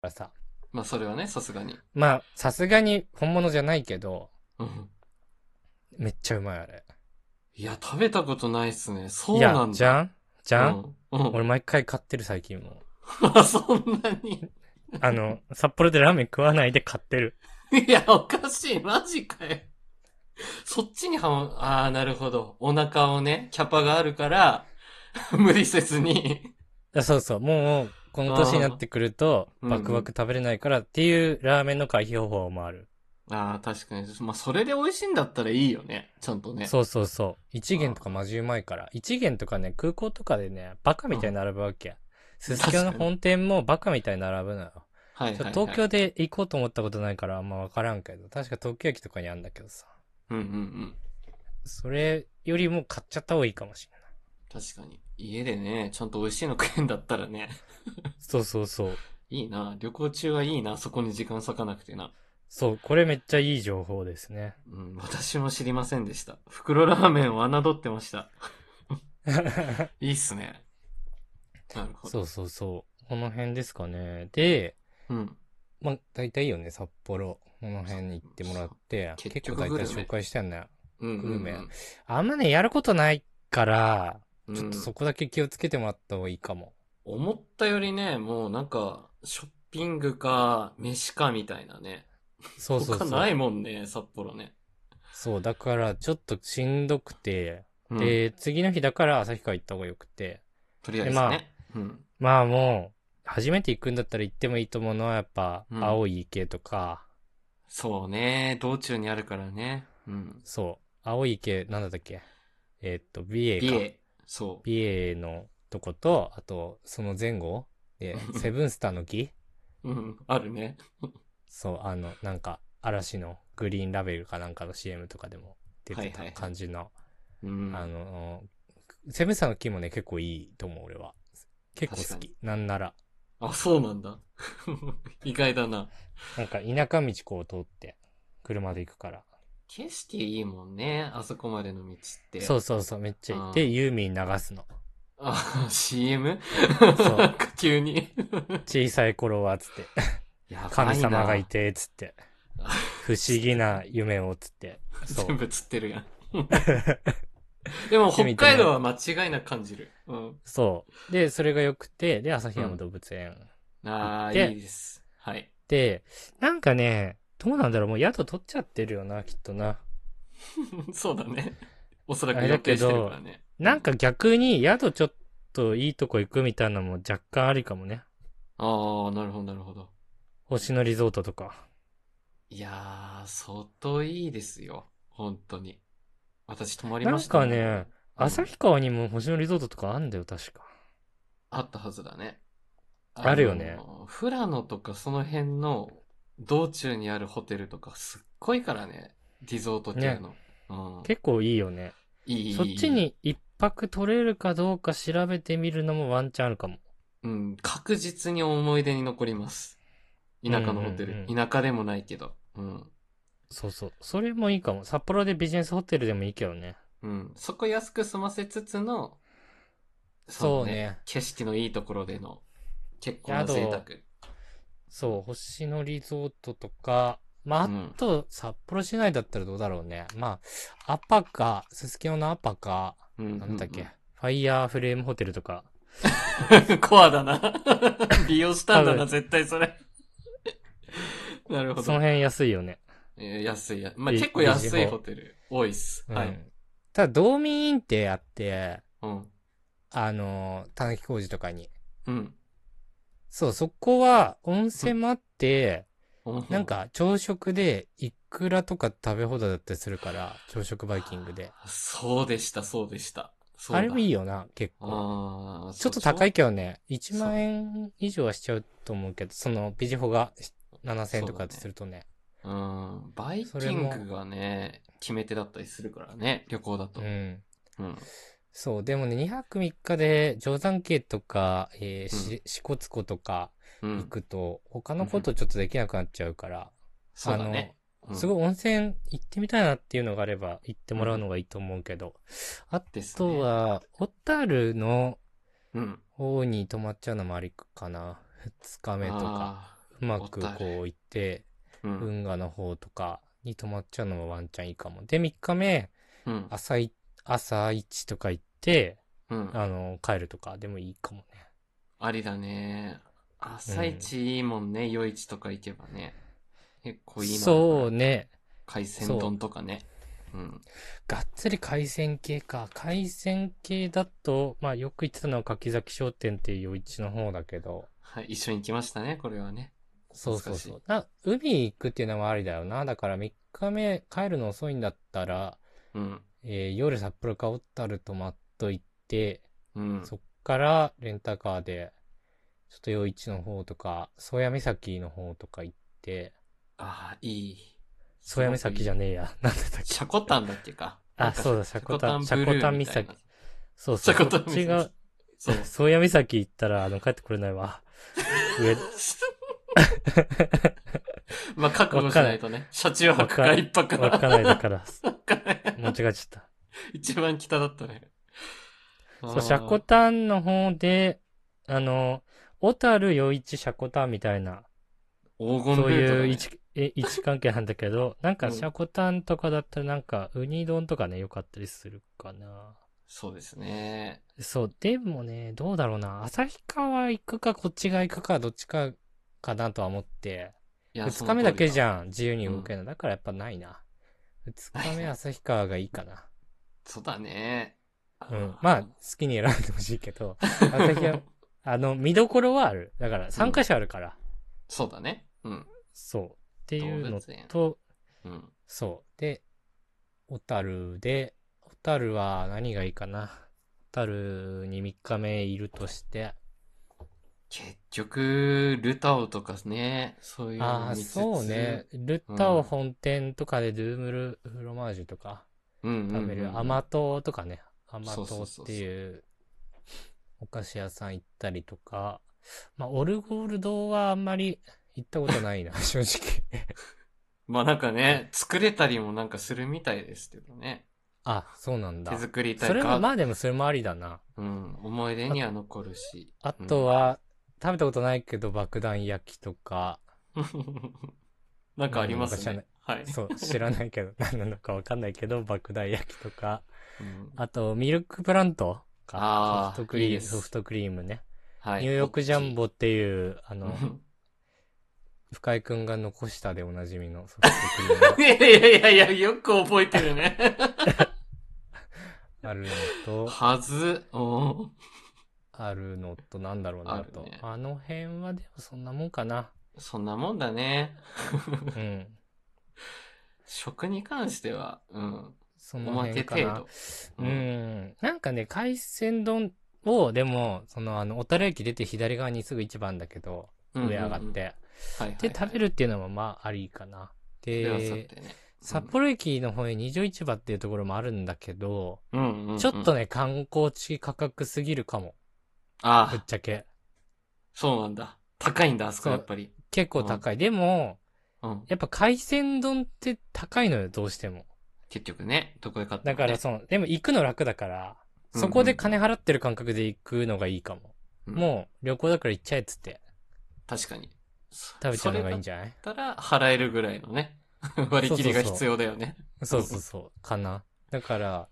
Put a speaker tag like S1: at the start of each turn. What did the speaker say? S1: からさ。
S2: まあそれはね、さすがに。
S1: まあ、さすがに本物じゃないけど、
S2: うん。
S1: めっちゃうまいあれ。
S2: いや、食べたことないっすね。そ
S1: いう
S2: な
S1: や
S2: ん、だ。
S1: じゃんじゃん、
S2: うん。うん、
S1: 俺毎回買ってる最近も。
S2: そんなに。
S1: あの、札幌でラーメン食わないで買ってる。
S2: いや、おかしい。マジかよ。 そっちにはま、ああ、なるほど。お腹をね、キャパがあるから、 無理せずに。
S1: あそうそう、もう、この年になってくると、
S2: あー
S1: バクバク食べれないからっていうラーメンの回避方法もある。
S2: ああ、確かに。まあ、それで美味しいんだったらいいよね。ちゃんとね。
S1: そうそうそう。一元とかマジうまいから。一元とかね、空港とかでね、バカみたいに並ぶわけ。すすきのの
S2: 確かに
S1: 本店もバカみたいに並ぶのよ。
S2: はい
S1: ちょ
S2: はい、はい。
S1: 東京で行こうと思ったことないからあんま分からんけど、確か東京駅とかにあるんだけどさ。
S2: うんうんうん。
S1: それよりも買っちゃった方がいいかもしれない。
S2: 確かに。家でね、ちゃんと美味しいの食えんだったらね。
S1: そうそうそう。
S2: いいな。旅行中はいいな。そこに時間割かなくてな。
S1: そう、これめっちゃいい情報です ね。
S2: うん、私も知りませんでした。袋ラーメンを侮ってました。いいっすね。なるほど。
S1: そうそうそう。この辺ですかね。で、
S2: うん。
S1: まあ、大体いいよね、札幌。この辺に行ってもらって。
S2: そう
S1: 結構大体
S2: 結局グルメ
S1: 紹介したよね。
S2: うんうん、
S1: グ
S2: う
S1: ルメ
S2: ん。
S1: あんまね、やることないから、
S2: うん
S1: ちょっとそこだけ気をつけてもらった方がいいかも。
S2: 思ったよりね、もうなんか、ショッピングか、飯かみたいなね。
S1: そうそうそ。
S2: 他ないうもんね、札幌ね。
S1: そう、だから、ちょっとしんどくて、
S2: うん、
S1: で、次の日だから旭川行った方がよくて。
S2: とりあえ
S1: で
S2: ず
S1: まあ
S2: ね。うん。
S1: まあもう、初めて行くんだったら行ってもいいと思うのは、やっぱ、
S2: うん
S1: 青い池とか、
S2: そうね、道中にあるからね。うん。
S1: そう、青い池、なんだったっけえーっと、美瑛
S2: 美
S1: か。
S2: 瑛。そう。
S1: 美瑛のとこと、あと、その前後 で、セブンスターの木
S2: うん、あるね。
S1: そう、あの、なんか、嵐のグリーンラベルかなんかの CM とかでも出て
S2: はいはいは
S1: た
S2: い
S1: 感じの、
S2: うん。
S1: あの、セブンスターの木もね、結構いいと思う、俺は。結構好
S2: 確か
S1: き。なんなら。
S2: あ、そうなんだ。 意外だな。
S1: なんか、田舎道こう通って、車で行くから。
S2: 景色いいもんね、あそこまでの道って。
S1: そうそうそう、めっちゃい
S2: あ
S1: い。
S2: ー
S1: で、ユーミン流すの。
S2: あ、CM?
S1: そう
S2: なんか 急に。
S1: 小さい頃は、つって。
S2: やばいな
S1: 神様がいて、つって
S2: あ。
S1: 不思議な夢を、つって。 そ
S2: 全
S1: う。
S2: 部釣っ てるやん。でも北海道は間違いなく感じる。うん。
S1: そう。で、それが良くて、で、旭山動物園。
S2: ああ、
S1: で
S2: いいです。はい。
S1: で、なんかね、どうなんだろう、もう宿取っちゃってるよな、きっとな。
S2: そうだね。おそら
S1: あ
S2: く
S1: れ
S2: 予
S1: だけ
S2: 定し
S1: ど
S2: てるからね。
S1: なんか逆に宿ちょっといいとこ行くみたいなのも若干ありかもね。
S2: ああ、なるほど、なるほど。
S1: 星野リゾートとか。
S2: いやー、相当いいですよ。本当に。私泊まり
S1: な
S2: ま
S1: ん
S2: したも
S1: か
S2: ん
S1: ね、旭川にも星野リゾートとかあんだよ、確か。
S2: あったはずだね。
S1: あるよね
S2: の。富良野とかその辺の道中にあるホテルとかすっごいからね。リゾート系の。うん。
S1: 結構いいよね。
S2: いい。
S1: そっち。に一泊取れるかどうか調べてみるのもワンチャンあるかも。
S2: うん。確実に思い出に残ります。田舎のホテル。
S1: うんうんう
S2: 田舎でもないけど。うん。
S1: そうそう。それもいいかも。札幌でビジネスホテルでもいいけどね。
S2: うん。そこ安く済ませつつの、
S1: そうね。
S2: 景色のいいところでの、結構な贅沢。
S1: そう、星野リゾートとか、まあ、
S2: うん
S1: あと、札幌市内だったらどうだろうね。まあ、アパか、すすきののアパか、
S2: うんうんうん
S1: なんだっけ、ファイヤーフレームホテルとか。
S2: コアだな。 利用したんだ
S1: 多
S2: な、
S1: 分
S2: 絶対それ。 なるほ
S1: その
S2: ど。
S1: 辺安いよね。
S2: えー安いや。まあ、
S1: ビ
S2: 結構安
S1: ビ
S2: い
S1: ジホ
S2: ホテル多いっす。
S1: うん。
S2: はい。
S1: ただ、道民院ってあって、
S2: うん。
S1: あのー、たぬき工事とかに。
S2: うん。
S1: そう、そこは温泉もあって、
S2: うん
S1: なん、か朝食でイクラとか食べ放題だったりするから、朝食バイキングで。
S2: そうでした、そうでした。そうだ
S1: あれもいい。よな、結構。
S2: ああ、
S1: ちょっと高い
S2: い。
S1: けどね、1万円以上はしちゃうと思うけど、そのビジホが7000円とかってするとね。
S2: うん。バイキングがね、決め手だったりするからね、旅行だ
S1: う
S2: と。
S1: ん。
S2: うん。
S1: そう、でもね、2泊3日で定山渓とか、えー
S2: う
S1: し、支笏湖とか
S2: う
S1: 行
S2: ん。
S1: くと、他のことちょっとできなくなっちゃうから、
S2: そうだね。うん
S1: すごい温泉行ってみたいなっていうのがあれば行ってもらうのがいいと思うけど、あ
S2: です
S1: と
S2: ね。
S1: は、小樽の
S2: うん。
S1: 方に泊まっちゃうのもありかな。2日目とか。
S2: あー
S1: うまく
S2: おったね
S1: こう行って、
S2: うん。
S1: 運河の方とかに泊まっちゃうのもワンチャンいいかも。で、3日目、
S2: うん。
S1: 朝い、朝一とか行って、
S2: うん。
S1: あの、帰るとかでもいいかもね。
S2: ありだね。朝一いいもんね、夜市とか行けばね。結構いいな。
S1: そう。ね。
S2: 海鮮丼とかね。うん。
S1: がっつり海鮮系か。海鮮系だと、まあよく行ってたのは柿崎商店っていう夜市の方だけど、
S2: はい、一緒に行きましたね、これはね。
S1: そうそう
S2: 懐
S1: そ
S2: か
S1: う。な、海行くっていうのもありだよな。だから3日目帰るの遅いんだったら、
S2: うん。
S1: えー夜札幌か小樽泊まっといて、
S2: うん。
S1: そっからレンタカーで、ちょっと夜市の方とか、宗谷岬の方とか行って、
S2: ああ、いい。
S1: 宗谷岬じゃ
S2: ん。
S1: ねえや。なんだったっけ
S2: シャコタンだっけか。
S1: あ
S2: なんか
S1: そうだシャコタン
S2: シャコタンブ
S1: シャ
S2: ルー
S1: コタン
S2: みたいな
S1: 岬。そうそう。
S2: シャコ
S1: こ
S2: タン
S1: っちが、
S2: そう。
S1: 宗谷岬行ったら、あの、帰ってこれないわ。上、
S2: まあ、覚悟しないとね。車中泊か一泊か。
S1: わかんないだから、
S2: ら
S1: 間違えちゃった。
S2: 一番北だったね。そ
S1: そう、シャコタンの方で、あの、小樽余市シャコタンみたいな、
S2: 黄金ルートだね、
S1: そういう位置、え位置関係なんだけど、なん
S2: う
S1: か
S2: ん
S1: シャコタンとかだったらなんか、ウニ丼とかね、良かったりするかな。
S2: そうですね。
S1: そう、でもね、どうだろうな。旭川行くか、こっちが行くか、どっちか、かなとは思って。
S2: いや
S1: 二日目だけじ
S2: ん。
S1: ゃん、自由に動けるの。だからやっぱないな。二日目旭川がいいかな。
S2: そうだね。
S1: うん。まあ、好きに選んでほしいけど、旭川、あの、見どころはある。だから、参加者あるから。
S2: そうだね。うん。
S1: そう。っていうの
S2: 動物園
S1: と、
S2: うん。
S1: そう。で、小樽で、小樽は何がいいかな。小樽に3日目いるとして、
S2: 結局、ルタオとかね、そういうの
S1: ああ、
S2: を見つつ
S1: そうね。。ルッタオ本店とかでルームルフロマージュとか
S2: うんうん、うん。
S1: 食べる甘党とかね。甘
S2: そうそ
S1: 党
S2: う
S1: っ
S2: そうそう
S1: ていうお菓子屋さん行ったりとか、まあ、オルゴール堂はあんまり行ったことない な、正直。
S2: まあなんかね、作れたりもなんかするみたいですけどね。
S1: あ、そうなんだ
S2: 手。作りたい
S1: それは、ま
S2: か。
S1: あでもそれもありだな。
S2: うん。思い出には残るし。
S1: あとは、食べたことないけど爆弾焼きとか、
S2: なんかありま
S1: うん
S2: すね。はい。
S1: そう、知らないけど、何なのかわかんないけど、爆弾焼きとか、
S2: うん
S1: あと、ミルクプラントか
S2: あー。
S1: ソフトクリーム
S2: いいです
S1: ソフトクリームね。
S2: はい
S1: ニューヨークジャンボっていう、あ
S2: う
S1: の、
S2: ん
S1: 深井くんが残したでおなじみのソフトクリーム
S2: いやいやいやいや、よく覚えてるね。
S1: があるの と、
S2: はず。おー
S1: あるのと、なんだろうなと。
S2: あるね
S1: あの辺はでもそんなもんかな。
S2: そんなもんだね。
S1: うん。
S2: 食に関しては、うん。
S1: そ
S2: お
S1: の
S2: まけ
S1: 辺か
S2: 程
S1: な
S2: 度。。
S1: うん、なんかね、海鮮丼を、でも、その、あの、小樽駅出て左側にすぐ一番だけど、
S2: うん
S1: 上上がって。
S2: うんうんはい
S1: で、食べ
S2: る。
S1: るっていうのも、まあ、ありかな。
S2: それはそうだ
S1: で
S2: よ、ね
S1: 札幌駅の方へ二条市場っていうところもあるんだけど、
S2: うんうんうん
S1: ちょっと。ね、観光地価格すぎるかも。ぶっ
S2: ああ、
S1: ちゃけ。
S2: そうなんだ。高いんだ、あそこ
S1: そう
S2: やっぱり。
S1: 結構高い。でも、
S2: うん。
S1: やっぱ海鮮丼って高いのよ、どうしても。
S2: 結局ね、どこで買った
S1: だから、その、でも行くの楽だから、
S2: うん
S1: そこで金払ってる感覚で行くのがいいかも。
S2: うん
S1: もう、旅行だから行っちゃえっつって、
S2: 確かに。そ
S1: 食べちゃうのがいいんじゃない
S2: それだった ら払えるぐらいのね。割り切りが必要だよね。
S1: そうそうそう、かな。だから、